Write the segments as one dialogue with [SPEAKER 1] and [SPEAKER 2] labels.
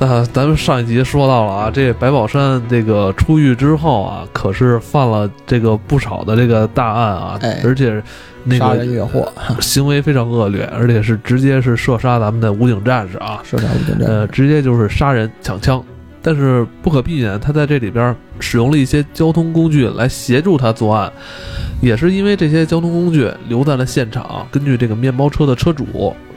[SPEAKER 1] 那咱们上一集说到了啊，这白宝山这个出狱之后啊，可是犯了这个不少的这个大案啊，
[SPEAKER 2] 哎
[SPEAKER 1] 而且那
[SPEAKER 2] 杀
[SPEAKER 1] 个
[SPEAKER 2] 人越货，
[SPEAKER 1] 行为非常恶劣，而且是直接是射杀咱们的武警战士啊，
[SPEAKER 2] 射杀无证
[SPEAKER 1] 呃，
[SPEAKER 2] 战
[SPEAKER 1] 直接就是杀人抢枪。但是不可避免，他在这里边使用了一些交通工具来协助他作案，也是因为这些交通工具留在了现场。根据这个面包车的车主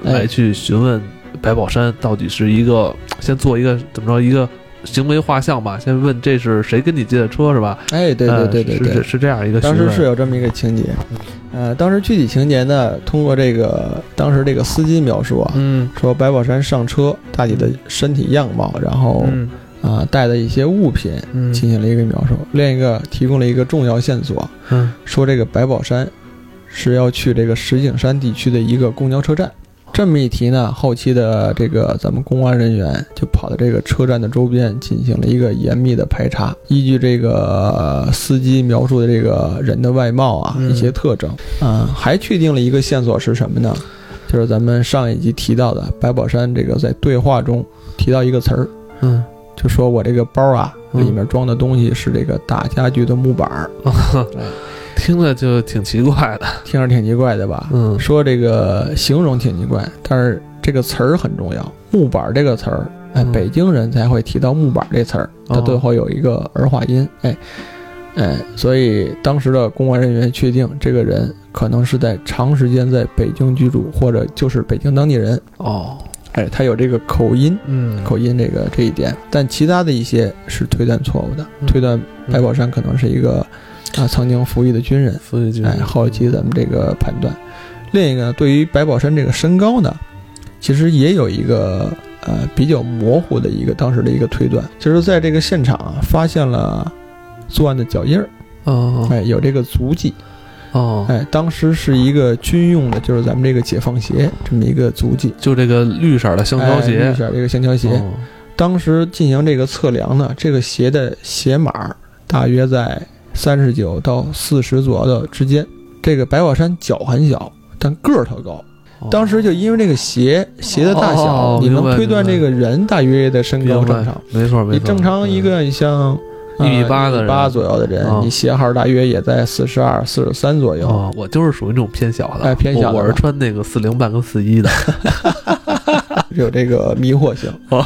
[SPEAKER 2] 哎
[SPEAKER 1] 来去询问白宝山到底是一个，先做一个怎么着一个行为画像吧，先问这是谁跟你借的车是吧？
[SPEAKER 2] 哎，对对
[SPEAKER 1] 呃
[SPEAKER 2] 对对
[SPEAKER 1] 是
[SPEAKER 2] 对
[SPEAKER 1] 是，是这嗯样一个询
[SPEAKER 2] 当
[SPEAKER 1] 问。
[SPEAKER 2] 时是有这么一个情节，呃，当时具体情节呢，通过这个当时这个司机描述啊，
[SPEAKER 1] 嗯
[SPEAKER 2] 说白宝山上车，大体的身体样貌，然后
[SPEAKER 1] 嗯
[SPEAKER 2] 啊、带的一些物品
[SPEAKER 1] 嗯
[SPEAKER 2] 进行了一个描述。另一个提供了一个重要线索，
[SPEAKER 1] 嗯，
[SPEAKER 2] 说这个白宝山是要去这个石景山地区的一个公交车站。这么一提呢，后期的这个咱们公安人员就跑到这个车站的周边进行了一个严密的排查，依据这个呃司机描述的这个人的外貌啊，
[SPEAKER 1] 嗯
[SPEAKER 2] 一些特征，嗯、还确定了一个线索是什么呢？就是咱们上一集提到的白宝山这个在对话中提到一个词儿，
[SPEAKER 1] 嗯，
[SPEAKER 2] 就说我这个包啊
[SPEAKER 1] 嗯
[SPEAKER 2] 里面装的东西是这个大家具的木板儿，
[SPEAKER 1] 听着就挺奇怪的。
[SPEAKER 2] 听着挺奇怪的吧？
[SPEAKER 1] 嗯
[SPEAKER 2] 说这个形容挺奇怪，但是这个词儿很重要。木板儿这个词儿，哎，
[SPEAKER 1] 嗯
[SPEAKER 2] 北京人才会提到木板儿这词儿，它
[SPEAKER 1] 哦
[SPEAKER 2] 最后有一个儿化音，哎，哎，所以当时的公安人员确定这个人可能是在长时间在北京居住，或者就是北京当地人，
[SPEAKER 1] 哦
[SPEAKER 2] 哎，他有这个口音。
[SPEAKER 1] 嗯
[SPEAKER 2] 口音这个这一点，但其他的一些是推断错误的，
[SPEAKER 1] 嗯
[SPEAKER 2] 推断白宝山可能是一个啊、曾经服役的军人，
[SPEAKER 1] 所以就
[SPEAKER 2] 哎，后期咱们这个判断。另一个呢，对于白宝山这个身高呢，其实也有一个呃比较模糊的一个当时的一个推断，就是在这个现场啊发现了作案的脚印儿，
[SPEAKER 1] 哦
[SPEAKER 2] 哎，有这个足迹，
[SPEAKER 1] 哦
[SPEAKER 2] 哎，当时是一个军用的，就是咱们这个解放鞋这么一个足迹，
[SPEAKER 1] 就这个绿色的橡胶鞋，
[SPEAKER 2] 哎、绿色这个橡胶鞋，
[SPEAKER 1] 哦
[SPEAKER 2] 当时进行这个测量呢，这个鞋的鞋码大约在三十九到四十左右的之间。这个白宝山脚很小，但个儿特高。
[SPEAKER 1] 哦
[SPEAKER 2] 当时就因为这个鞋鞋的大小，
[SPEAKER 1] 哦
[SPEAKER 2] 你
[SPEAKER 1] 明白
[SPEAKER 2] 能推断
[SPEAKER 1] 明白
[SPEAKER 2] 这个人大约的身高正常。
[SPEAKER 1] 没错没错，嗯
[SPEAKER 2] 你正常一个你像呃
[SPEAKER 1] 一米八的人
[SPEAKER 2] 八左右的人，
[SPEAKER 1] 哦
[SPEAKER 2] 你鞋号大约也在四十二、四十三左
[SPEAKER 1] 嗯
[SPEAKER 2] 右。
[SPEAKER 1] 哦，我就是属于那种偏小的，
[SPEAKER 2] 哎偏小的
[SPEAKER 1] 我我是穿那个四零半跟四一 的，
[SPEAKER 2] 有这个迷惑性。 哎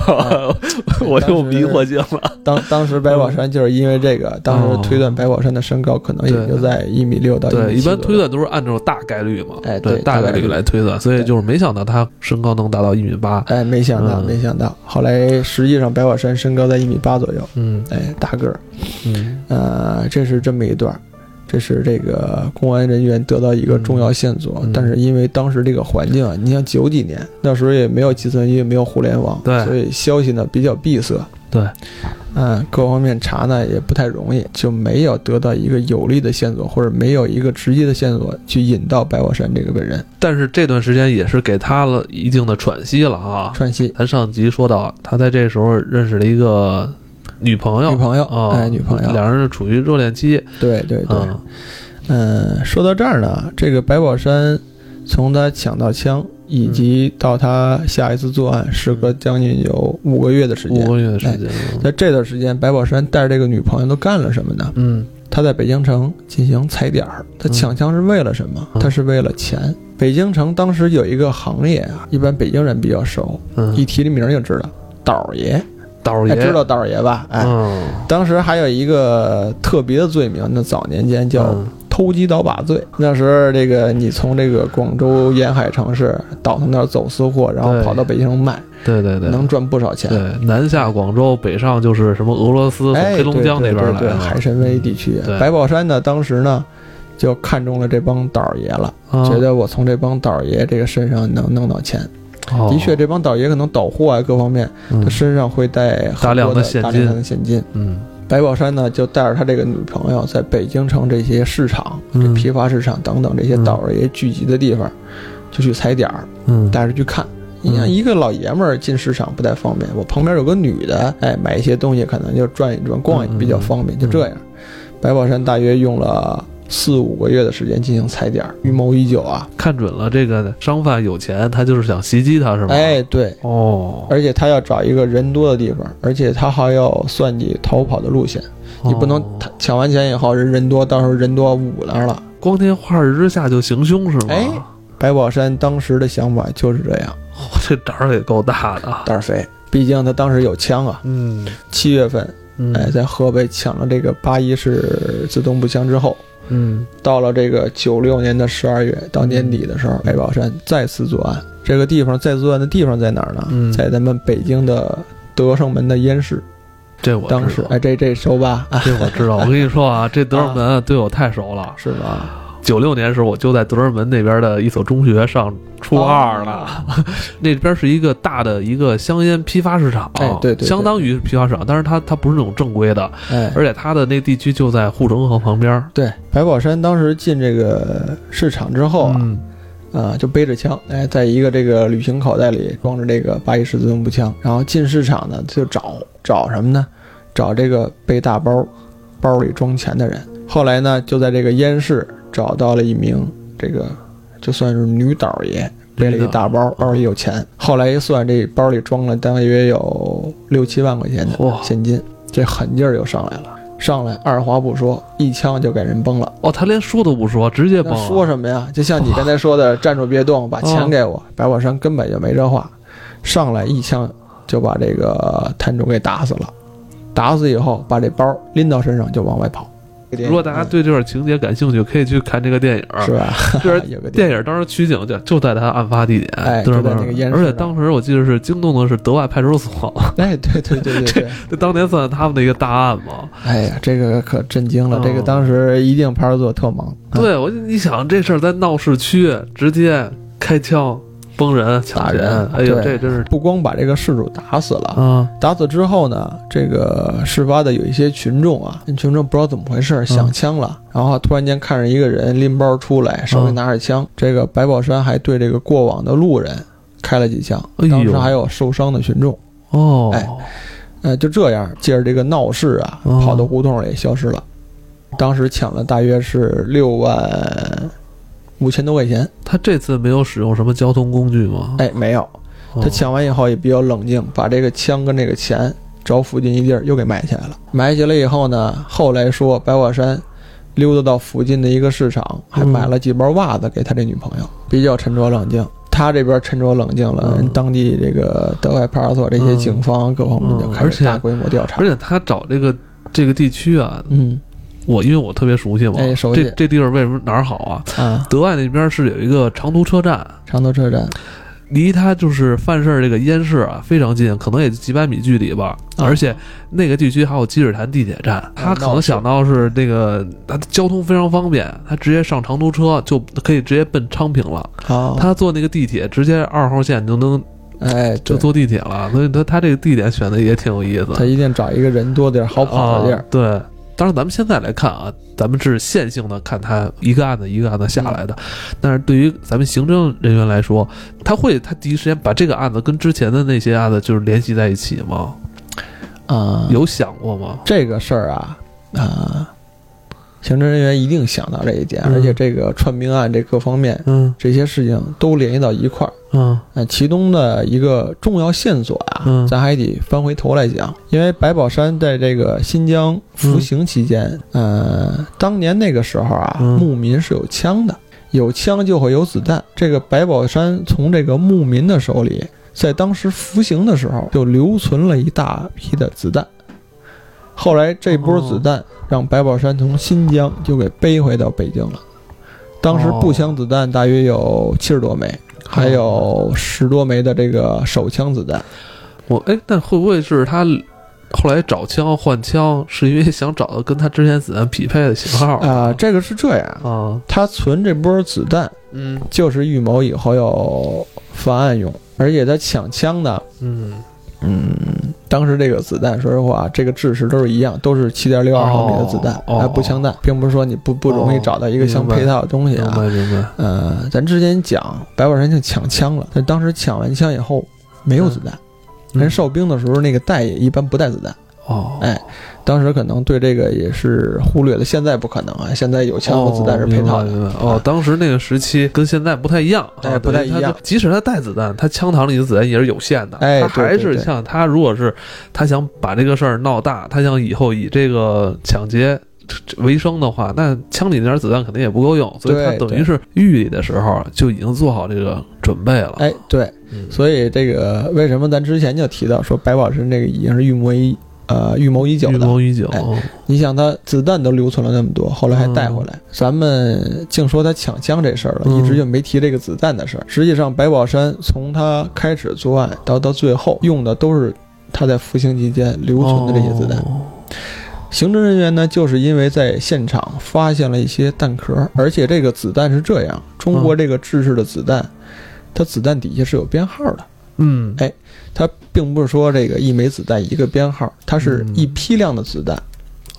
[SPEAKER 1] 我就迷惑性了。
[SPEAKER 2] 当当时白宝山就是因为这个，
[SPEAKER 1] 嗯
[SPEAKER 2] 当时推断白宝山的身高可能也就在一米六到一
[SPEAKER 1] 对，
[SPEAKER 2] 米
[SPEAKER 1] 一
[SPEAKER 2] 七左右。
[SPEAKER 1] 般推断都是按照大概率嘛，
[SPEAKER 2] 哎
[SPEAKER 1] 对
[SPEAKER 2] 对，
[SPEAKER 1] 大
[SPEAKER 2] 大
[SPEAKER 1] 概
[SPEAKER 2] 概
[SPEAKER 1] 率
[SPEAKER 2] 率
[SPEAKER 1] 来推断，所以
[SPEAKER 2] 对
[SPEAKER 1] 就是没想到他身高能达到一米八，
[SPEAKER 2] 哎，没想到，
[SPEAKER 1] 嗯
[SPEAKER 2] 没想到。后来实际上白宝山身高在一米八左右，
[SPEAKER 1] 嗯
[SPEAKER 2] 哎，大个儿。
[SPEAKER 1] 嗯
[SPEAKER 2] 呃，这是这么一段儿，这是这个公安人员得到一个重要线索。
[SPEAKER 1] 嗯嗯嗯
[SPEAKER 2] 但是因为当时这个环境啊，你像九几年那时候也没有计算机，也没有互联网，
[SPEAKER 1] 对
[SPEAKER 2] 所以消息呢比较闭塞。
[SPEAKER 1] 对，
[SPEAKER 2] 嗯，各方面查呢也不太容易，就没有得到一个有力的线索，或者没有一个直接的线索去引到白宝山这个人。
[SPEAKER 1] 但是这段时间也是给他了一定的喘息了啊。
[SPEAKER 2] 川西
[SPEAKER 1] 咱上集说到，他在这时候认识了一个女朋友，
[SPEAKER 2] 女朋友，
[SPEAKER 1] 啊，
[SPEAKER 2] 哎，女朋友，
[SPEAKER 1] 两人是处于热恋期，
[SPEAKER 2] 对对对，
[SPEAKER 1] 嗯
[SPEAKER 2] 嗯，说到这儿呢，这个白宝山从他抢到枪以
[SPEAKER 1] 嗯
[SPEAKER 2] 及到他下一次作案，时隔将近有五个月的时
[SPEAKER 1] 五
[SPEAKER 2] 间。哎
[SPEAKER 1] 个月的时间，嗯
[SPEAKER 2] 在这段时间，白宝山带着这个女朋友都干了什么呢？
[SPEAKER 1] 嗯
[SPEAKER 2] 他在北京城进行踩点儿。他抢枪是为了什么？
[SPEAKER 1] 嗯
[SPEAKER 2] 他是为了钱。北京城当时有一个行业啊，一般北京人比较熟，一
[SPEAKER 1] 嗯，
[SPEAKER 2] 提这名儿就知道，倒爷。
[SPEAKER 1] 道
[SPEAKER 2] 哎，
[SPEAKER 1] 爷
[SPEAKER 2] 知道倒爷吧？哎，
[SPEAKER 1] 嗯，
[SPEAKER 2] 当时还有一个特别的罪名，那早年间叫
[SPEAKER 1] 嗯
[SPEAKER 2] 偷鸡倒把罪。那时候，这个你从这个广州沿海城市倒腾点走私货，然后
[SPEAKER 1] 对
[SPEAKER 2] 跑到北京卖，
[SPEAKER 1] 对对对，
[SPEAKER 2] 能赚不少钱。
[SPEAKER 1] 对南下广州，北上就是什么俄罗斯、从
[SPEAKER 2] 哎，
[SPEAKER 1] 黑龙江那
[SPEAKER 2] 对对
[SPEAKER 1] 边
[SPEAKER 2] 对
[SPEAKER 1] 来啊
[SPEAKER 2] 对
[SPEAKER 1] 的
[SPEAKER 2] 海参崴地区
[SPEAKER 1] 嗯对，
[SPEAKER 2] 白宝山呢，当时呢就看中了这帮倒儿爷了，
[SPEAKER 1] 啊
[SPEAKER 2] 觉得我从这帮倒儿爷这个身上能弄到钱。
[SPEAKER 1] 哦
[SPEAKER 2] 的确，这帮倒儿爷可能倒货啊，各方面，
[SPEAKER 1] 嗯
[SPEAKER 2] 他身上会带很
[SPEAKER 1] 大量
[SPEAKER 2] 多
[SPEAKER 1] 的
[SPEAKER 2] 的
[SPEAKER 1] 现
[SPEAKER 2] 大
[SPEAKER 1] 金
[SPEAKER 2] 量的现金。
[SPEAKER 1] 嗯
[SPEAKER 2] 白宝山呢，就带着他这个女朋友，在北京城这些市场、
[SPEAKER 1] 嗯
[SPEAKER 2] 批发市场等等这些倒儿爷聚集的地方，就去踩点儿，
[SPEAKER 1] 嗯
[SPEAKER 2] 带着去看。
[SPEAKER 1] 嗯
[SPEAKER 2] 你像一个老爷们儿进市场不太方便，我旁边有个女的，哎，买一些东西可能就转一转、逛一
[SPEAKER 1] 嗯嗯
[SPEAKER 2] 比较方便，
[SPEAKER 1] 嗯
[SPEAKER 2] 就这样。白宝山大约用了四五个月的时间进行踩点儿，预谋已久啊。
[SPEAKER 1] 看准了这个商贩有钱，他就是想袭击他，是吗？
[SPEAKER 2] 哎，，对，
[SPEAKER 1] 哦，
[SPEAKER 2] 而且他要找一个人多的地方，而且他还要算计逃跑的路线。你不能
[SPEAKER 1] 哦
[SPEAKER 2] 他抢完钱以后人人多，到时候人多捂那儿了。
[SPEAKER 1] 光天化日之下就行凶是吗？
[SPEAKER 2] 哎白宝山当时的想法就是这样，
[SPEAKER 1] 我这胆儿也够大的啊。
[SPEAKER 2] 胆儿肥，毕竟他当时有枪啊。
[SPEAKER 1] 嗯
[SPEAKER 2] 七月份，
[SPEAKER 1] 嗯
[SPEAKER 2] 哎，在河北抢了这个八一式自动步枪之后，
[SPEAKER 1] 嗯
[SPEAKER 2] 到了这个九六年的十二月到年底的时候，白宝山再次作案。这个地方再作案的地方在哪儿呢？
[SPEAKER 1] 嗯
[SPEAKER 2] 在咱们北京的德胜门的烟市。
[SPEAKER 1] 这我知道
[SPEAKER 2] 当时，哎，这这熟吧？啊，
[SPEAKER 1] 这我知道。我跟你说啊，这德胜门啊对我太熟了。
[SPEAKER 2] 是吧？
[SPEAKER 1] 九六年时候，我就在德胜门那边的一所中学上初二了。
[SPEAKER 2] 啊，
[SPEAKER 1] 那边是一个大的一个香烟批发市场，
[SPEAKER 2] 哎对对对
[SPEAKER 1] 相当于批发市场，但是它它不是那种正规的，
[SPEAKER 2] 哎，
[SPEAKER 1] 而且它的那地区就在护城河旁边儿。
[SPEAKER 2] 对，白宝山当时进这个市场之后啊，
[SPEAKER 1] 嗯
[SPEAKER 2] 啊，就背着枪，哎，在一个这个旅行口袋里装着这个八一式自动步枪，然后进市场呢就找找什么呢？找这个背大包，包里装钱的人。后来呢，就在这个烟市找到了一名这个就算是女倒爷，背了一大包，包里有钱。后来一算，这包里装了大约有六七万块钱的
[SPEAKER 1] 嚯
[SPEAKER 2] 现金，这狠劲儿就上来了。上来二话不说，一枪就给人崩了。
[SPEAKER 1] 哦，他连说都不说，直接崩
[SPEAKER 2] 那
[SPEAKER 1] 了。
[SPEAKER 2] 说什么呀？就像你刚才说的，站住别
[SPEAKER 1] 哦
[SPEAKER 2] 动，把钱给我。白宝山根本就没这话，上来一枪就把这个摊主给打死了。打死以后，把这包拎到身上就往外跑。
[SPEAKER 1] 如果大家对这段情节感兴趣，可以去看这个电影儿。
[SPEAKER 2] 嗯是吧？
[SPEAKER 1] 这是
[SPEAKER 2] 有个
[SPEAKER 1] 电影当时取景就就在他案发地点，
[SPEAKER 2] 哎
[SPEAKER 1] 德胜
[SPEAKER 2] 就在
[SPEAKER 1] 门
[SPEAKER 2] 那个烟
[SPEAKER 1] 而
[SPEAKER 2] 市
[SPEAKER 1] 且
[SPEAKER 2] 那儿
[SPEAKER 1] 当时我记得是惊动的是德外派出所，
[SPEAKER 2] 哎，对对对对对，
[SPEAKER 1] 这当年算是他们的一个大案嘛。
[SPEAKER 2] 哎呀，这个可震惊了，
[SPEAKER 1] 哦
[SPEAKER 2] 这个当时一定派出所特忙。啊，
[SPEAKER 1] 对，我就你想这事儿在闹市区直接开枪崩人抢
[SPEAKER 2] 打人
[SPEAKER 1] 哎呦，
[SPEAKER 2] 对
[SPEAKER 1] 这真是
[SPEAKER 2] 不光把这个事主打死了，
[SPEAKER 1] 啊，
[SPEAKER 2] 打死之后呢，这个事发的有一些群众啊，群众不知道怎么回事
[SPEAKER 1] 嗯
[SPEAKER 2] 儿响枪了，然后突然间看着一个人拎包出来，手里拿着
[SPEAKER 1] 嗯
[SPEAKER 2] 枪。这个白宝山还对这个过往的路人开了几枪
[SPEAKER 1] 哎，呦
[SPEAKER 2] 当时还有受伤的群众。
[SPEAKER 1] 哦，
[SPEAKER 2] 哎呃，就这样，借着这个闹事啊，
[SPEAKER 1] 哦
[SPEAKER 2] 跑到胡同里消失了。当时抢了大约是六万五千多块钱，
[SPEAKER 1] 他这次没有使用什么交通工具吗？
[SPEAKER 2] 哎，没有。
[SPEAKER 1] 哦，
[SPEAKER 2] 他抢完以后也比较冷静，把这个枪跟这个钱找附近一地儿又给埋起来了。埋起来以后呢，后来说白宝山溜达到附近的一个市场，
[SPEAKER 1] 嗯
[SPEAKER 2] 还买了几包袜子给他这女朋友，比较沉着冷静。他这边沉着冷静了，
[SPEAKER 1] 嗯
[SPEAKER 2] 人当地这个德外派出所这些警方各方面就
[SPEAKER 1] 嗯
[SPEAKER 2] 开
[SPEAKER 1] 而且
[SPEAKER 2] 始大规模调查
[SPEAKER 1] 而。且他找这个这个地区啊，
[SPEAKER 2] 嗯
[SPEAKER 1] 我因为我特别熟悉嘛，
[SPEAKER 2] 哎熟悉
[SPEAKER 1] 这这地方为什么哪儿好啊？
[SPEAKER 2] 啊，
[SPEAKER 1] 德外那边是有一个长途车站，
[SPEAKER 2] 长途车站
[SPEAKER 1] 离他就是犯事儿这个烟市啊非常近，可能也就几百米距离吧。
[SPEAKER 2] 啊
[SPEAKER 1] 而且那个地区还有积水潭地铁站，他可能想到是那个他交通非常方便，他直接上长途车就可以直接奔昌平了。
[SPEAKER 2] 啊，
[SPEAKER 1] 他坐那个地铁，直接二号线就能
[SPEAKER 2] 哎，
[SPEAKER 1] 就
[SPEAKER 2] 对
[SPEAKER 1] 坐地铁了，所以他他这个地点选的也挺有意思。
[SPEAKER 2] 他一定找一个人多点儿好跑的地
[SPEAKER 1] 啊
[SPEAKER 2] 儿。
[SPEAKER 1] 对，当然咱们现在来看啊，咱们是线性的看它一个案子一个案子下来的，但是对于咱们行政人员来说，他会他第一时间把这个案子跟之前的那些案子就是联系在一起吗？
[SPEAKER 2] 啊，
[SPEAKER 1] 有想过吗？
[SPEAKER 2] 这个事儿啊，啊，行政人员一定想到这一点，
[SPEAKER 1] 嗯
[SPEAKER 2] 而且这个串命案这各方面
[SPEAKER 1] 嗯
[SPEAKER 2] 这些事情都联系到一块儿。
[SPEAKER 1] 嗯
[SPEAKER 2] 呃，其中的一个重要线索啊，
[SPEAKER 1] 嗯
[SPEAKER 2] 咱还得翻回头来讲，因为白宝山在这个新疆服刑期间，呃，当年那个时候啊，
[SPEAKER 1] 嗯
[SPEAKER 2] 牧民是有枪的，有枪就会有子弹。这个白宝山从这个牧民的手里，在当时服刑的时候就留存了一大批的子弹。后来这波子
[SPEAKER 1] 哦
[SPEAKER 2] 弹让白宝山从新疆就给背回到北京了。当时步枪子弹大约有七十多枚，还有十多枚的这个手枪子弹。
[SPEAKER 1] 我哎，但会不会是他？后来找枪换枪，是因为想找到跟他之前子弹匹配的型号
[SPEAKER 2] 啊、这个是这样，
[SPEAKER 1] 啊，
[SPEAKER 2] 他存这波子弹
[SPEAKER 1] 嗯
[SPEAKER 2] 就是预谋以后要犯案用，而且他抢枪呢，
[SPEAKER 1] 嗯，
[SPEAKER 2] 嗯，当时这个子弹，说实话，这个制式都是一样，都是七点六二毫米的子弹，
[SPEAKER 1] 哦哦
[SPEAKER 2] 还不枪弹，并不是说你不不容易找到一个相配套的东西
[SPEAKER 1] 明
[SPEAKER 2] 啊。
[SPEAKER 1] 白明白，
[SPEAKER 2] 呃，咱之前讲白宝山就抢枪了，但当时抢完枪以后没有子弹，
[SPEAKER 1] 嗯
[SPEAKER 2] 人哨兵的时候那个带也一般不带子弹，
[SPEAKER 1] 哦，
[SPEAKER 2] 哎当时可能对这个也是忽略了，现在不可能啊，现在有枪和子弹是配套
[SPEAKER 1] 哦
[SPEAKER 2] 的。
[SPEAKER 1] 明白明白哦，当时那个时期跟现在不太一样，
[SPEAKER 2] 哎
[SPEAKER 1] 啊
[SPEAKER 2] 不太一样。
[SPEAKER 1] 等于它即使他带子弹，他枪膛里的子弹也是有限的。
[SPEAKER 2] 哎
[SPEAKER 1] 他还
[SPEAKER 2] 对对
[SPEAKER 1] 是
[SPEAKER 2] 对
[SPEAKER 1] 像他如果是他想把这个事儿闹大，他想以后以这个抢劫为生的话，那枪里那点子弹肯定也不够用，所以他
[SPEAKER 2] 对
[SPEAKER 1] 等于
[SPEAKER 2] 对
[SPEAKER 1] 是狱里的时候就已经做好这个准备了。
[SPEAKER 2] 哎，对，
[SPEAKER 1] 嗯，
[SPEAKER 2] 所以这个为什么咱之前就提到说白宝石那个已经是预谋已呃预谋已久
[SPEAKER 1] 预
[SPEAKER 2] 的？
[SPEAKER 1] 谋已久。
[SPEAKER 2] 哎你想他子弹都留存了那么多，后来还带回来，咱们净说他抢枪这事儿了，
[SPEAKER 1] 嗯
[SPEAKER 2] 一直就没提这个子弹的事儿。实际上，白宝山从他开始作案到到最后用的都是他在服刑期间留存的这些子弹。
[SPEAKER 1] 哦
[SPEAKER 2] 刑侦人员呢，就是因为在现场发现了一些弹壳，而且这个子弹是这样，中
[SPEAKER 1] 嗯
[SPEAKER 2] 国这个制式的子弹，它子弹底下是有编号的，
[SPEAKER 1] 嗯，
[SPEAKER 2] 哎它并不是说这个一枚子弹一个编号，它是一批量的子弹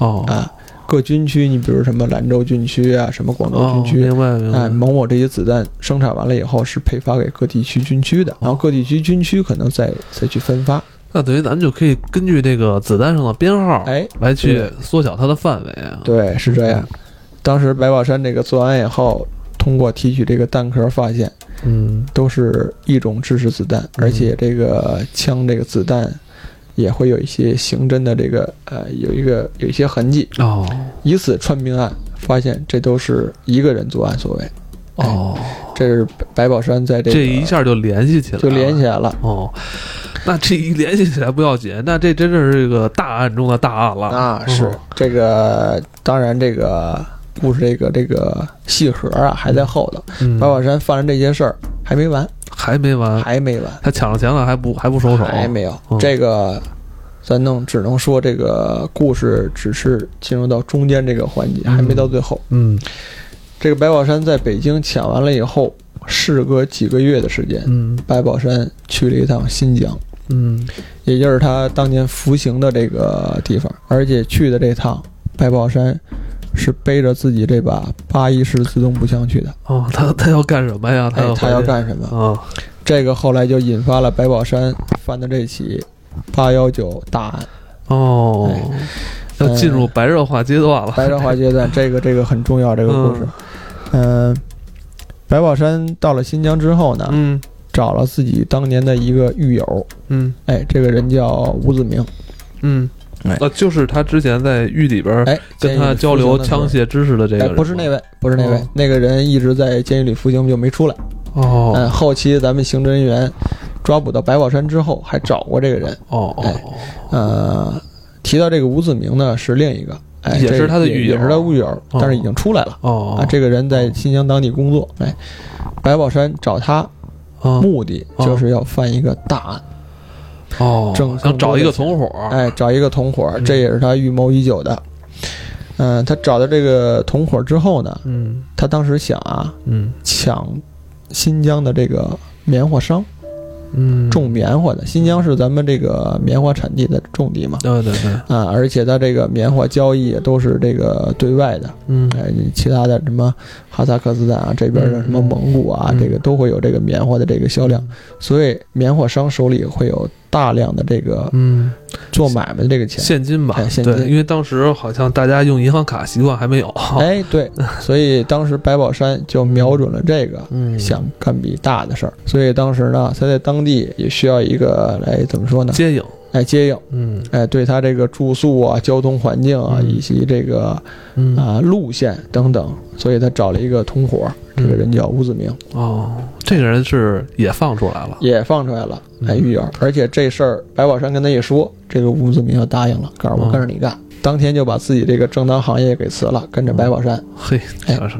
[SPEAKER 1] 嗯哦，
[SPEAKER 2] 啊。各军区，你比如什么兰州军区啊，什么广州
[SPEAKER 1] 哦，
[SPEAKER 2] 军区。
[SPEAKER 1] 明白明
[SPEAKER 2] 哎，
[SPEAKER 1] 白。
[SPEAKER 2] 某某这些子弹生产完了以后是配发给各地区军区的，然
[SPEAKER 1] 哦
[SPEAKER 2] 后各地区军区可能再再去分发。
[SPEAKER 1] 那等于咱们就可以根据这个子弹上的编号，
[SPEAKER 2] 哎，
[SPEAKER 1] 来去
[SPEAKER 2] 对
[SPEAKER 1] 缩小它的范围啊。
[SPEAKER 2] 对，是这样。当时白宝山这个做完以后，通过提取这个弹壳，发现
[SPEAKER 1] 嗯，
[SPEAKER 2] 都是一种制式子弹，而且这个枪这个子弹也会有一些刑侦的这个呃有一个有一些痕迹，
[SPEAKER 1] 哦
[SPEAKER 2] 以此串命案，发现这都是一个人作案所为。
[SPEAKER 1] 哦，
[SPEAKER 2] 这是白宝山在哎这个
[SPEAKER 1] 这一下啊就联系起来了，
[SPEAKER 2] 就联系来了。
[SPEAKER 1] 哦。那这一联系起来不要紧，那这真是这个大案中的大案了
[SPEAKER 2] 啊，是
[SPEAKER 1] 哦
[SPEAKER 2] 这个，当然这个故事这个这个戏核啊还在后头。
[SPEAKER 1] 嗯
[SPEAKER 2] 白宝山犯了这些事儿还没完，
[SPEAKER 1] 还没完，
[SPEAKER 2] 还没完。
[SPEAKER 1] 他抢了钱了还不还不收手，
[SPEAKER 2] 还没有
[SPEAKER 1] 啊嗯
[SPEAKER 2] 这个，咱能只能说这个故事只是进入到中间这个环节，
[SPEAKER 1] 嗯
[SPEAKER 2] 还没到最后。
[SPEAKER 1] 嗯
[SPEAKER 2] 这个白宝山在北京抢完了以后，事隔几个月的时间，
[SPEAKER 1] 嗯
[SPEAKER 2] 白宝山去了一趟新疆，
[SPEAKER 1] 嗯
[SPEAKER 2] 也就是他当年服刑的这个地方，而且去的这趟白宝山。是背着自己这把八一式自动步枪去的，
[SPEAKER 1] 哦，他他要干什么呀？
[SPEAKER 2] 哎
[SPEAKER 1] 要，
[SPEAKER 2] 他
[SPEAKER 1] 他
[SPEAKER 2] 要干什么？
[SPEAKER 1] 啊
[SPEAKER 2] 这个后来就引发了白宝山犯的这起八幺九大案。
[SPEAKER 1] 哦，
[SPEAKER 2] 哎
[SPEAKER 1] 要进入白热化阶段了，
[SPEAKER 2] 白热化阶段，这个这个很重要，这个故事。嗯、白宝山到了新疆之后呢，
[SPEAKER 1] 嗯
[SPEAKER 2] 找了自己当年的一个狱友，
[SPEAKER 1] 嗯
[SPEAKER 2] 哎，这个人叫吴子明，
[SPEAKER 1] 嗯
[SPEAKER 2] 哎，
[SPEAKER 1] 呃，就是他之前在狱里边
[SPEAKER 2] 哎，
[SPEAKER 1] 跟他交流枪械知识的这
[SPEAKER 2] 监狱
[SPEAKER 1] 个人，
[SPEAKER 2] 里服刑的时候。哎，不是那位，不是那位，
[SPEAKER 1] 哦
[SPEAKER 2] 那个人一直在监狱里服刑就没出来。
[SPEAKER 1] 哦
[SPEAKER 2] 嗯，后期咱们刑侦人员抓捕到白宝山之后，还找过这个人。
[SPEAKER 1] 哦哦
[SPEAKER 2] 哎呃，提到这个吴子明呢，是另一个，哎，
[SPEAKER 1] 也
[SPEAKER 2] 这
[SPEAKER 1] 是他的狱
[SPEAKER 2] 也
[SPEAKER 1] 友
[SPEAKER 2] 也是他的狱友，但是已经出来了。
[SPEAKER 1] 哦哦
[SPEAKER 2] 啊，这个人在新疆当地工作，哎，白宝山找他
[SPEAKER 1] 啊
[SPEAKER 2] 目的
[SPEAKER 1] 哦
[SPEAKER 2] 就是要犯一个大案，
[SPEAKER 1] 哦，
[SPEAKER 2] 挣
[SPEAKER 1] 想找一个同伙，
[SPEAKER 2] 哎，找一个同伙，
[SPEAKER 1] 哦嗯
[SPEAKER 2] 这也是他预谋已久的。嗯、他找到这个同伙之后呢，
[SPEAKER 1] 嗯
[SPEAKER 2] 他当时想啊，
[SPEAKER 1] 嗯
[SPEAKER 2] 抢新疆的这个棉花商，
[SPEAKER 1] 嗯，
[SPEAKER 2] 种棉花的。新疆是咱们这个棉花产地的重地嘛，
[SPEAKER 1] 对对对，
[SPEAKER 2] 啊，而且他这个棉花交易也都是这个对外的，
[SPEAKER 1] 嗯
[SPEAKER 2] 哎，其他的什么哈萨克斯坦啊，这边的
[SPEAKER 1] 嗯
[SPEAKER 2] 什么蒙古啊，
[SPEAKER 1] 嗯
[SPEAKER 2] 这个都会有这个棉花的这个销量，，所以棉花商手里会有大量的这个
[SPEAKER 1] 嗯，
[SPEAKER 2] 做买卖的这个钱。
[SPEAKER 1] 现金吧
[SPEAKER 2] 哎，现金
[SPEAKER 1] 对，因为当时好像大家用银行卡习惯还没有，
[SPEAKER 2] 哎，对，所以当时白宝山就瞄准了这个，
[SPEAKER 1] 嗯，
[SPEAKER 2] 想干笔大的事儿。所以当时呢，他在当地也需要一个来怎么说呢？
[SPEAKER 1] 接应，
[SPEAKER 2] 来接应，
[SPEAKER 1] 嗯
[SPEAKER 2] 哎，对他这个住宿啊、交通环境啊，
[SPEAKER 1] 嗯
[SPEAKER 2] 以及这个
[SPEAKER 1] 嗯
[SPEAKER 2] 啊路线等等，所以他找了一个同伙，这
[SPEAKER 1] 嗯
[SPEAKER 2] 个人叫吴子明，
[SPEAKER 1] 哦，这个人是也放出来了，
[SPEAKER 2] 也放出来了，
[SPEAKER 1] 嗯
[SPEAKER 2] 哎，狱友，而且这事儿白宝山跟他一说，这个吴子明就答应了，告诉我
[SPEAKER 1] 嗯
[SPEAKER 2] 跟着你干，当天就把自己这个正当行业给辞了，跟着白宝山，
[SPEAKER 1] 嘿，
[SPEAKER 2] 哎
[SPEAKER 1] 这是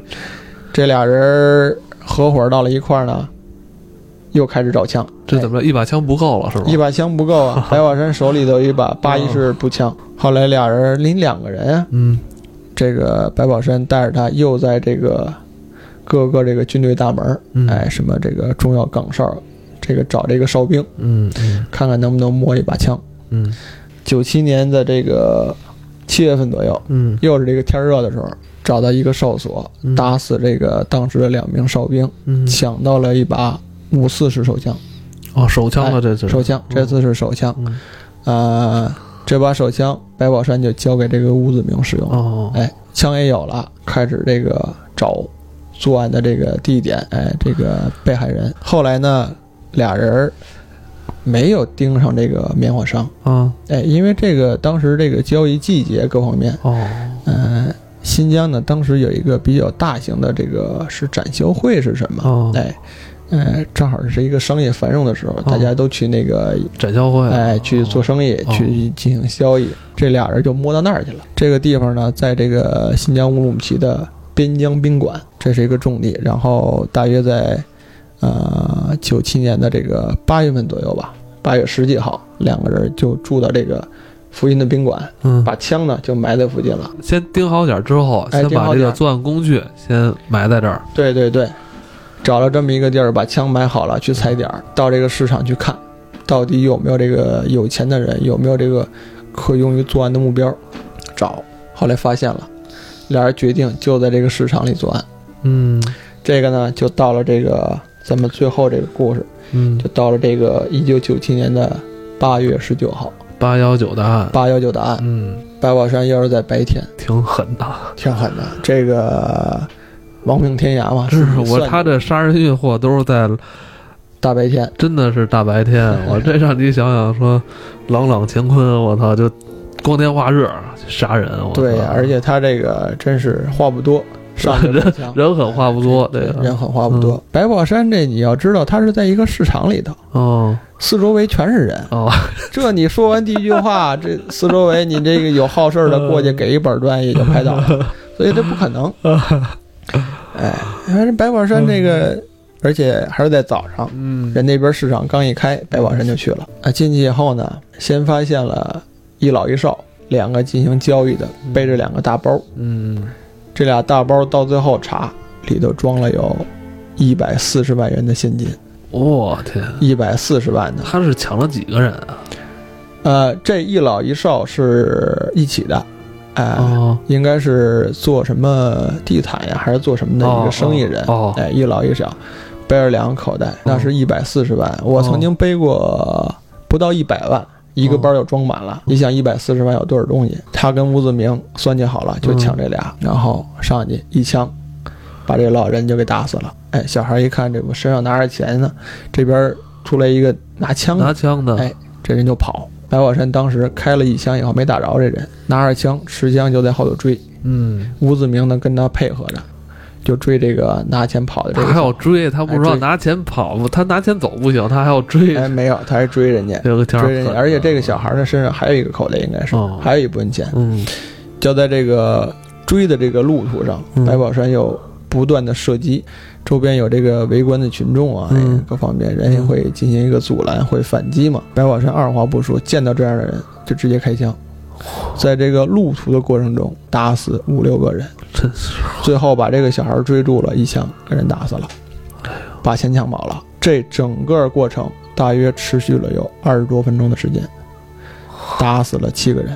[SPEAKER 2] 这俩人儿合伙到了一块儿呢，又开始找枪，
[SPEAKER 1] 这怎么着，一把枪不够了是吧
[SPEAKER 2] 哎？一把枪不够 啊，白宝山手里头有一把八一式步枪，后来俩人拎两个人啊，
[SPEAKER 1] 嗯
[SPEAKER 2] 这个白宝山带着他又在这个各个这个军队大门儿，
[SPEAKER 1] 嗯
[SPEAKER 2] 哎，什么这个中药岗哨，这个找这个哨兵，
[SPEAKER 1] 嗯嗯
[SPEAKER 2] 看看能不能摸一把枪。
[SPEAKER 1] 嗯
[SPEAKER 2] 九七年的这个七月份左右，
[SPEAKER 1] 嗯
[SPEAKER 2] 又是这个天热的时候，找到一个哨所，
[SPEAKER 1] 嗯，
[SPEAKER 2] 打死这个当时的两名哨兵，
[SPEAKER 1] 嗯
[SPEAKER 2] 抢到了一把五四式手枪，哎
[SPEAKER 1] 哦，手枪了，这是
[SPEAKER 2] 手枪，这次是手枪，
[SPEAKER 1] 嗯
[SPEAKER 2] 呃，这把手枪，白宝山就交给这个吴子明使用了。
[SPEAKER 1] 哦，
[SPEAKER 2] 哎，枪也有了，开始这个找作案的这个地点，哎，这个被害人。后来呢，俩人儿没有盯上这个棉花商，
[SPEAKER 1] 啊，
[SPEAKER 2] 哎，因为这个当时这个交易季节各方面，
[SPEAKER 1] 哦，
[SPEAKER 2] 嗯、新疆呢当时有一个比较大型的这个是展销会是什么？
[SPEAKER 1] 哦，
[SPEAKER 2] 哎，呃，正好是一个商业繁荣的时候，大家都去那个
[SPEAKER 1] 展销会，
[SPEAKER 2] 哎，去做生意，
[SPEAKER 1] 嗯哦
[SPEAKER 2] 去进行交易。这俩人就摸到那儿去了。这个地方呢，在这个新疆乌鲁木齐的边疆宾馆，这是一个重地。然后大约在呃九七年的这个八月份左右吧，八月十几号，两个人就住到这个附近的宾馆，
[SPEAKER 1] 嗯，
[SPEAKER 2] 把枪呢就埋在附近了。
[SPEAKER 1] 先盯好点儿之后，
[SPEAKER 2] 哎
[SPEAKER 1] 先
[SPEAKER 2] 盯
[SPEAKER 1] 把
[SPEAKER 2] 好
[SPEAKER 1] 这
[SPEAKER 2] 点
[SPEAKER 1] 个
[SPEAKER 2] 儿
[SPEAKER 1] 作案工具先埋在这儿。
[SPEAKER 2] 对对对，找了这么一个地儿，把枪买好了，去踩点儿，到这个市场去看，到底有没有这个有钱的人，有没有这个可用于作案的目标，找。后来发现了，俩人决定就在这个市场里作案。
[SPEAKER 1] 嗯
[SPEAKER 2] 这个呢，就到了这个咱们最后这个故事，
[SPEAKER 1] 嗯
[SPEAKER 2] 就，到了这个一九九七年的八月十九号，
[SPEAKER 1] 八幺九的案，
[SPEAKER 2] 八幺九的案，
[SPEAKER 1] 嗯，
[SPEAKER 2] 白宝山又是在白天，
[SPEAKER 1] 挺狠的。
[SPEAKER 2] 挺狠的，这个亡命天涯嘛，
[SPEAKER 1] 是
[SPEAKER 2] 自己
[SPEAKER 1] 我
[SPEAKER 2] 算
[SPEAKER 1] 他这杀人越货都是在
[SPEAKER 2] 大白天。
[SPEAKER 1] 真的是大白天，
[SPEAKER 2] 哎
[SPEAKER 1] 我这让你想想说，朗朗乾坤，我操，就光天化日杀人，我操
[SPEAKER 2] 对呀，而且他这个真是话不多，上去就抢
[SPEAKER 1] 人狠话不多，对嗯
[SPEAKER 2] 对
[SPEAKER 1] 吧
[SPEAKER 2] 人狠话不多。白宝山这你要知道，他是在一个市场里头，
[SPEAKER 1] 哦
[SPEAKER 2] 四周围全是人。
[SPEAKER 1] 哦，
[SPEAKER 2] 这你说完第一句话，这四周围你这个有好事儿
[SPEAKER 1] 嗯
[SPEAKER 2] 的过去给一板砖也就拍到 了，所以这不可能。
[SPEAKER 1] 嗯
[SPEAKER 2] 哎，反正白宝山这个，而且还是在早上，
[SPEAKER 1] 嗯，
[SPEAKER 2] 人那边市场刚一开，白宝山就去了。啊，进去以后呢，先发现了一老一少两个进行交易的，背着两个大包。
[SPEAKER 1] 嗯，
[SPEAKER 2] 这俩大包到最后查，里头装了有一百四十万元的现金，
[SPEAKER 1] 我天，
[SPEAKER 2] 一百四十万呢。
[SPEAKER 1] 他是抢了几个人啊？
[SPEAKER 2] 呃，这一老一少是一起的，哎、
[SPEAKER 1] 哦
[SPEAKER 2] 应该是做什么地毯呀，还是做什么的一个生意人？
[SPEAKER 1] 哦哦哦
[SPEAKER 2] 哎，一老一少，背着两个口袋，那是一百四十万。我
[SPEAKER 1] 哦
[SPEAKER 2] 曾经背过不到一百万。一个包就装满了，你想一百四十万有多少东西？他跟吴子明算计好了，就抢
[SPEAKER 1] 嗯
[SPEAKER 2] 这俩，然后上去一枪，把这老人就给打死了。哎，小孩一看这我身上拿着钱呢，这边出来一个拿枪的
[SPEAKER 1] 拿，枪的，
[SPEAKER 2] 哎这人就跑。白宝山当时开了一枪以后没打着这人，拿着枪持枪就在后头追。
[SPEAKER 1] 嗯，
[SPEAKER 2] 吴子明呢跟他配合着，就追这个拿钱跑的这
[SPEAKER 1] 他
[SPEAKER 2] 个。
[SPEAKER 1] 还要追，他不知道
[SPEAKER 2] 哎对
[SPEAKER 1] 拿钱跑，他拿钱走不行，他还要 追，
[SPEAKER 2] 哎没有，他还追人家，
[SPEAKER 1] 这个天儿嗯
[SPEAKER 2] 追人家。
[SPEAKER 1] 狠
[SPEAKER 2] 而且这个小孩的身上还有一个口袋，应该是、
[SPEAKER 1] 哦
[SPEAKER 2] 还有一部分钱。
[SPEAKER 1] 嗯
[SPEAKER 2] 就在这个追的这个路途上，
[SPEAKER 1] 嗯
[SPEAKER 2] 白宝山又不断的射击，周边有这个围观的群众啊，
[SPEAKER 1] 嗯
[SPEAKER 2] 哎各方面人也
[SPEAKER 1] 嗯
[SPEAKER 2] 会进行一个阻拦，会反击嘛。白宝山二话不说，见到这样的人就直接开枪，在这个路途的过程中打死五六个人，
[SPEAKER 1] 真是，
[SPEAKER 2] 最后把这个小孩追住了，一枪给人打死了，把钱抢跑了。这整个过程大约持续了有二十多分钟的时间，打死了七个人，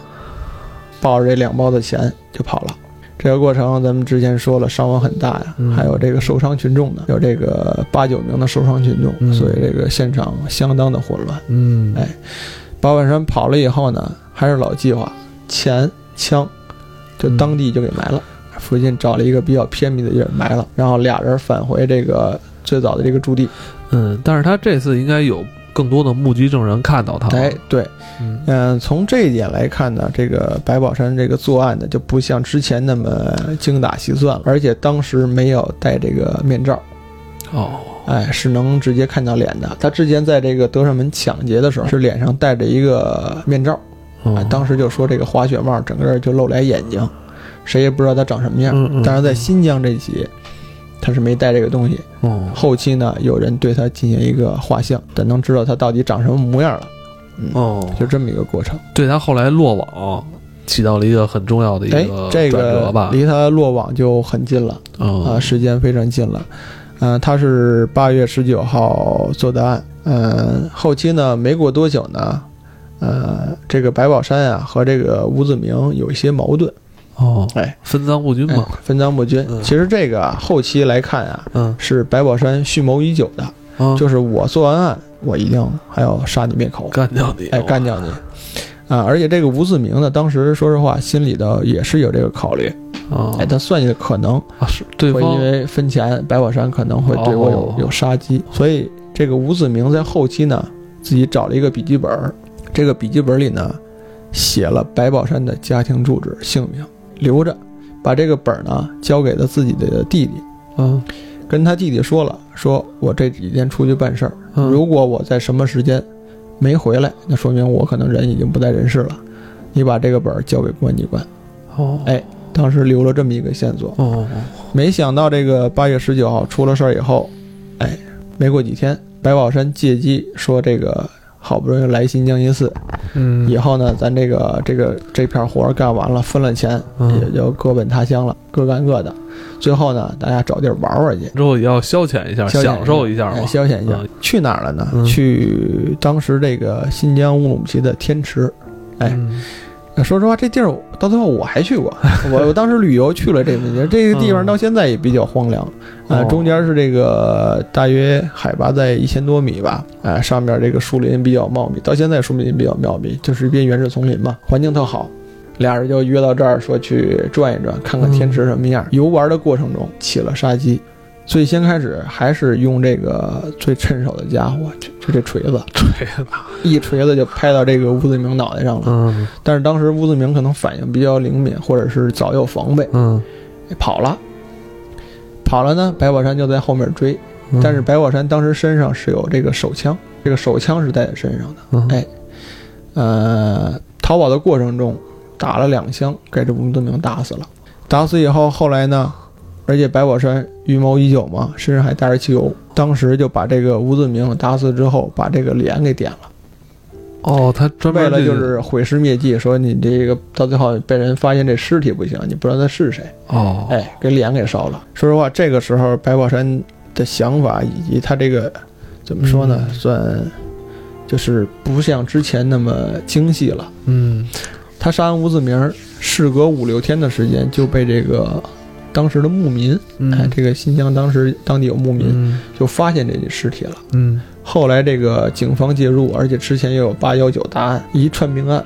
[SPEAKER 2] 抱着这两包的钱就跑了。这个过程咱们之前说了，伤亡很大呀
[SPEAKER 1] 嗯，
[SPEAKER 2] 还有这个受伤群众呢，有这个八九名的受伤群
[SPEAKER 1] 嗯
[SPEAKER 2] 众，所以这个现场相当的混乱。
[SPEAKER 1] 嗯，
[SPEAKER 2] 哎八万山跑了以后呢，还是老计划，钱枪，就当地就给埋了，附近找了一个比较偏僻的地儿埋了，然后俩人返回这个最早的这个驻地。
[SPEAKER 1] 嗯，但是他这次应该有更多的目击证人看到他，
[SPEAKER 2] 哎，对，
[SPEAKER 1] 嗯，
[SPEAKER 2] 嗯、从这一点来看呢，这个白宝山这个作案呢，就不像之前那么精打细算了，而且当时没有戴这个面罩，
[SPEAKER 1] 哦，
[SPEAKER 2] 哎，是能直接看到脸的。他之前在这个德胜门抢劫的时候，是脸上戴着一个面罩。啊，
[SPEAKER 1] 哦，
[SPEAKER 2] 当时就说这个滑雪帽整个人就露俩眼睛，谁也不知道他长什么样。
[SPEAKER 1] 嗯嗯
[SPEAKER 2] 但是在新疆这集，他是没带这个东西。
[SPEAKER 1] 哦，
[SPEAKER 2] 后期呢，有人对他进行一个画像，但能知道他到底长什么模样了。
[SPEAKER 1] 哦，
[SPEAKER 2] 就这么一个过程。
[SPEAKER 1] 对他后来落网起到了一个很重要的一
[SPEAKER 2] 哎，
[SPEAKER 1] 个
[SPEAKER 2] 这
[SPEAKER 1] 转折
[SPEAKER 2] 个
[SPEAKER 1] 吧。
[SPEAKER 2] 离他落网就很近了啊，
[SPEAKER 1] 啊，
[SPEAKER 2] 时间非常近了。
[SPEAKER 1] 嗯
[SPEAKER 2] 呃，他是八月十九号做的案。呃，后期呢，没过多久呢，呃，这个白宝山啊和这个吴子明有一些矛盾。
[SPEAKER 1] 哦，
[SPEAKER 2] 哎，
[SPEAKER 1] 分赃不均嘛，
[SPEAKER 2] 哎、分赃不均
[SPEAKER 1] 嗯。
[SPEAKER 2] 其实这个啊后期来看啊，
[SPEAKER 1] 嗯，
[SPEAKER 2] 是白宝山蓄谋已久的，
[SPEAKER 1] 啊
[SPEAKER 2] 就是我做完案，我一定还要杀你灭口，
[SPEAKER 1] 干掉你，
[SPEAKER 2] 哎，干掉你。啊，而且这个吴自明呢，当时说实话心里头也是有这个考虑，
[SPEAKER 1] 啊
[SPEAKER 2] 哎，他算计的可能
[SPEAKER 1] 啊是对
[SPEAKER 2] 会因
[SPEAKER 1] 方
[SPEAKER 2] 为分钱，白宝山可能会对我有
[SPEAKER 1] 哦
[SPEAKER 2] 有杀机，所以这个吴子明在后期呢，自己找了一个笔记本儿，这个笔记本里呢，写了白宝山的家庭住址、姓名，留着，把这个本儿呢交给了自己的弟弟，
[SPEAKER 1] 嗯
[SPEAKER 2] 跟他弟弟说了，说我这几天出去办事儿，
[SPEAKER 1] 嗯
[SPEAKER 2] 如果我在什么时间没回来，那说明我可能人已经不在人世了，你把这个本儿交给公安机关。
[SPEAKER 1] 哦
[SPEAKER 2] 哎嗯当时留了这么一个线索，
[SPEAKER 1] 哦
[SPEAKER 2] 没想到这个八月十九号出了事儿以后，哎，没过几天，白宝山借机说这个好不容易来新江阴寺，
[SPEAKER 1] 嗯
[SPEAKER 2] 以后呢，咱这个这个这片活儿干完了，分了钱，
[SPEAKER 1] 嗯
[SPEAKER 2] 也就各奔他乡了，各干各的。最后呢，大家找地儿玩玩去，
[SPEAKER 1] 之后也要消遣一下，
[SPEAKER 2] 消遣
[SPEAKER 1] 享受一下
[SPEAKER 2] 哎
[SPEAKER 1] 嘛。
[SPEAKER 2] 消遣一下
[SPEAKER 1] 嗯。
[SPEAKER 2] 去哪儿了呢？
[SPEAKER 1] 嗯
[SPEAKER 2] 去当时这个新疆乌鲁木齐的天池。哎
[SPEAKER 1] 嗯，
[SPEAKER 2] 说实话，这地儿我到最后我还去过， 我我当时旅游去了这个地儿，这个地方到现在也比较荒凉，啊、
[SPEAKER 1] 哦
[SPEAKER 2] 中间是这个大约海拔在一千多米吧，啊、上面这个树林比较茂密，到现在树林比较茂密，就是一片原始丛林嘛，环境特好。俩人就约到这儿说去转一转，看看天池什么样。游玩的过程中起了杀机，最先开始还是用这个最趁手的家伙，就就这锤子，
[SPEAKER 1] 对，
[SPEAKER 2] 一锤子就拍到这个吴子明脑袋上了。
[SPEAKER 1] 嗯
[SPEAKER 2] 但是当时吴子明可能反应比较灵敏，或者是早有防备，哎
[SPEAKER 1] 嗯，
[SPEAKER 2] 跑了。跑了呢，白宝山就在后面追，
[SPEAKER 1] 嗯
[SPEAKER 2] 但是白宝山当时身上是有这个手枪，这个手枪是带在身上的。
[SPEAKER 1] 嗯
[SPEAKER 2] 哎呃，逃跑的过程中打了两枪，给这吴子明打死了。打死以后，后来呢，而且白宝山预谋已久嘛，身上还带着汽油，当时就把这个吴子明打死之后，把这个脸给点了。
[SPEAKER 1] 哦，他专
[SPEAKER 2] 为
[SPEAKER 1] 门
[SPEAKER 2] 了就是毁尸灭迹，说你这个到最后被人发现这尸体不行，你不知道他是谁，
[SPEAKER 1] 哦，
[SPEAKER 2] 哎，给脸给烧了。说实话，这个时候白宝山的想法以及他这个怎么说呢，
[SPEAKER 1] 嗯
[SPEAKER 2] 算就是不像之前那么精细了。
[SPEAKER 1] 嗯
[SPEAKER 2] 他杀完吴子明，事隔五六天的时间就被这个当时的牧民，哎，
[SPEAKER 1] 嗯
[SPEAKER 2] 这个新疆当时当地有牧民，
[SPEAKER 1] 嗯
[SPEAKER 2] 就发现这具尸体了。
[SPEAKER 1] 嗯
[SPEAKER 2] 后来这个警方介入，而且之前又有八幺九大案一串命案，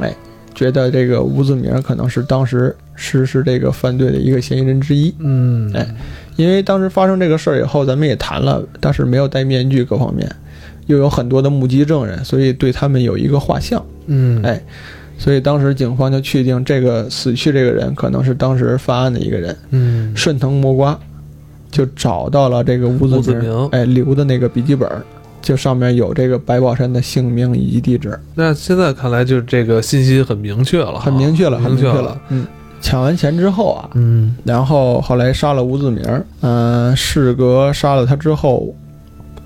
[SPEAKER 2] 哎，觉得这个吴子明可能是当时实施这个犯罪的一个嫌疑人之一。
[SPEAKER 1] 嗯，
[SPEAKER 2] 哎因为当时发生这个事儿以后，咱们也谈了，当时没有戴面具各方面，又有很多的目击证人，所以对他们有一个画像，
[SPEAKER 1] 嗯
[SPEAKER 2] 哎所以当时警方就确定这个死去这个人可能是当时犯案的一个人，
[SPEAKER 1] 嗯，
[SPEAKER 2] 顺藤摸瓜，就找到了这个吴
[SPEAKER 1] 吴
[SPEAKER 2] 子
[SPEAKER 1] 子
[SPEAKER 2] 明。
[SPEAKER 1] 明，
[SPEAKER 2] 哎留的那个笔记本儿，就上面有这个白宝山的姓名以及地址，
[SPEAKER 1] 那现在看来就是这个信息很明确了，
[SPEAKER 2] 很明确了，很
[SPEAKER 1] 哦明
[SPEAKER 2] 确
[SPEAKER 1] 确
[SPEAKER 2] 了。。嗯，抢完钱之后啊，
[SPEAKER 1] 嗯
[SPEAKER 2] 然后后来杀了吴子明儿，嗯、事隔杀了他之后。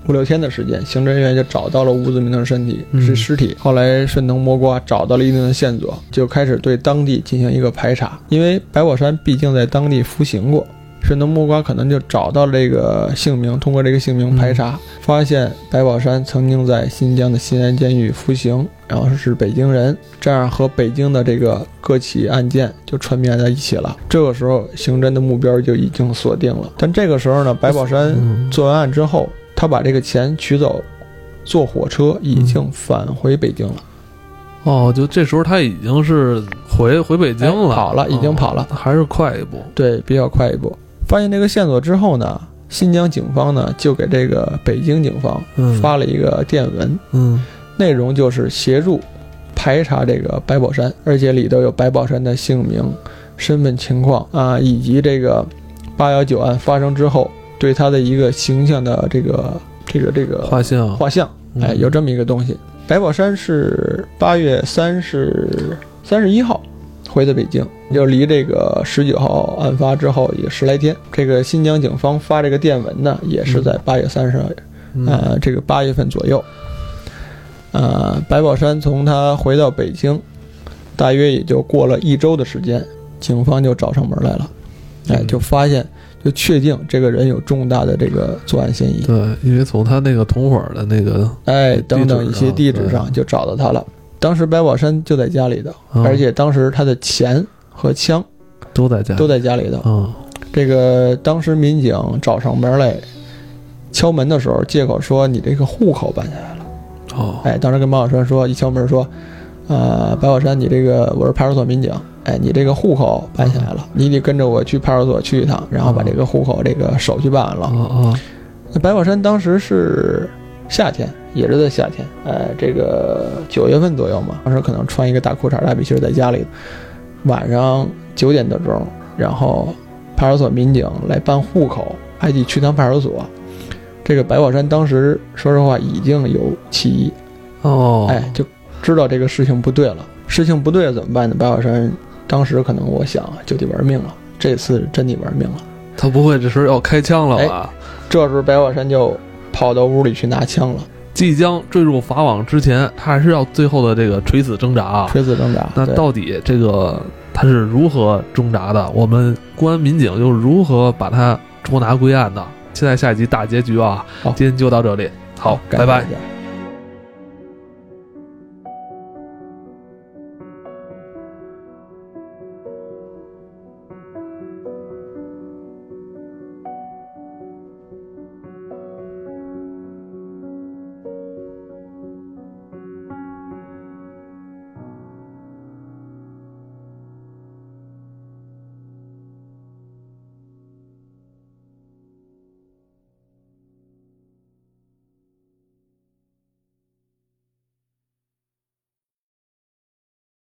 [SPEAKER 2] 五六天的时间，刑侦人员就找到了吴子明的身体，
[SPEAKER 1] 嗯
[SPEAKER 2] 是尸体。后来顺藤摸瓜，找到了一定的线索，就开始对当地进行一个排查。因为白宝山毕竟在当地服刑过，顺藤摸瓜可能就找到了这个姓名，通过这个姓名排查，发现白宝山曾经在新疆的新安监狱服刑，然后是北京人，这样和北京的这个各起案件就串联在一起了。这个时候，刑侦的目标就已经锁定了。但这个时候呢，白宝山
[SPEAKER 1] 嗯
[SPEAKER 2] 做完案之后，他把这个钱取走，坐火车已经返回北京了，
[SPEAKER 1] 哦，就这时候他已经是回回北京了，
[SPEAKER 2] 哎跑了已经跑了
[SPEAKER 1] 哦还是快一步。
[SPEAKER 2] 对，比较快一步。发现这个线索之后呢，新疆警方呢就给这个北京警方
[SPEAKER 1] 嗯，
[SPEAKER 2] 发了一个电文，
[SPEAKER 1] 嗯
[SPEAKER 2] 内容就是协助排查这个白宝山，而且里头有白宝山的姓名、身份情况啊，以及这个八幺九案发生之后对他的一个形象的这个这个这个
[SPEAKER 1] 画像，嗯
[SPEAKER 2] 画像，呃哎，有这么一个东西。白宝山是八月三十三十一号回的北京，就离这个十九号案发之后也十来天。这个新疆警方发这个电文呢，也是在八月三十号
[SPEAKER 1] 嗯
[SPEAKER 2] 呃，这个八月份左右，呃，白宝山从他回到北京，大约也就过了一周的时间，警方就找上门来了，哎，
[SPEAKER 1] 嗯
[SPEAKER 2] 就发现就确定这个人有重大的这个作案嫌疑，
[SPEAKER 1] 对，因为从他那个同伙的那个，
[SPEAKER 2] 哎，
[SPEAKER 1] 地址
[SPEAKER 2] 等等一些
[SPEAKER 1] 上
[SPEAKER 2] 地址
[SPEAKER 1] 对
[SPEAKER 2] 上哦就找到他了。当时白宝山就在家里头，
[SPEAKER 1] 嗯
[SPEAKER 2] 而且当时他的钱和枪
[SPEAKER 1] 都在家，
[SPEAKER 2] 都在家里头。
[SPEAKER 1] 嗯
[SPEAKER 2] 这个当时民警找上门来敲门的时候，借口说你这个户口办下来了。
[SPEAKER 1] 哦，
[SPEAKER 2] 哎，当时跟马小川说，一敲门说，呃，白宝山，你这个我是派出所民警，哎，你这个户口办下来了，你得跟着我去派出所去一趟，然后把这个户口这个手续办完了。
[SPEAKER 1] 啊
[SPEAKER 2] 那白宝山当时是夏天，也是在夏天，呃，这个九月份左右嘛，当时可能穿一个大裤衩、大背心儿在家里，晚上九点多钟，然后派出所民警来办户口，还得去趟派出所。这个白宝山当时说实话已经有起疑，
[SPEAKER 1] 哦，
[SPEAKER 2] 哎，就知道这个事情不对了。事情不对了怎么办呢？白宝山当时可能我想啊就得玩命了，这次真得玩命了。
[SPEAKER 1] 他不会这时候要开枪了吧？
[SPEAKER 2] 这时候白宝山就跑到屋里去拿枪了，
[SPEAKER 1] 即将坠入法网之前，他还是要最后的这个垂死挣扎啊。
[SPEAKER 2] 垂死挣扎。
[SPEAKER 1] 那
[SPEAKER 2] 对
[SPEAKER 1] 到底这个他是如何挣扎的？我们公安民警又如何把他捉拿归案的？期待下一集大结局啊！
[SPEAKER 2] 好
[SPEAKER 1] 今天就到这里，好，拜
[SPEAKER 2] 感谢
[SPEAKER 1] 拜
[SPEAKER 2] 大。家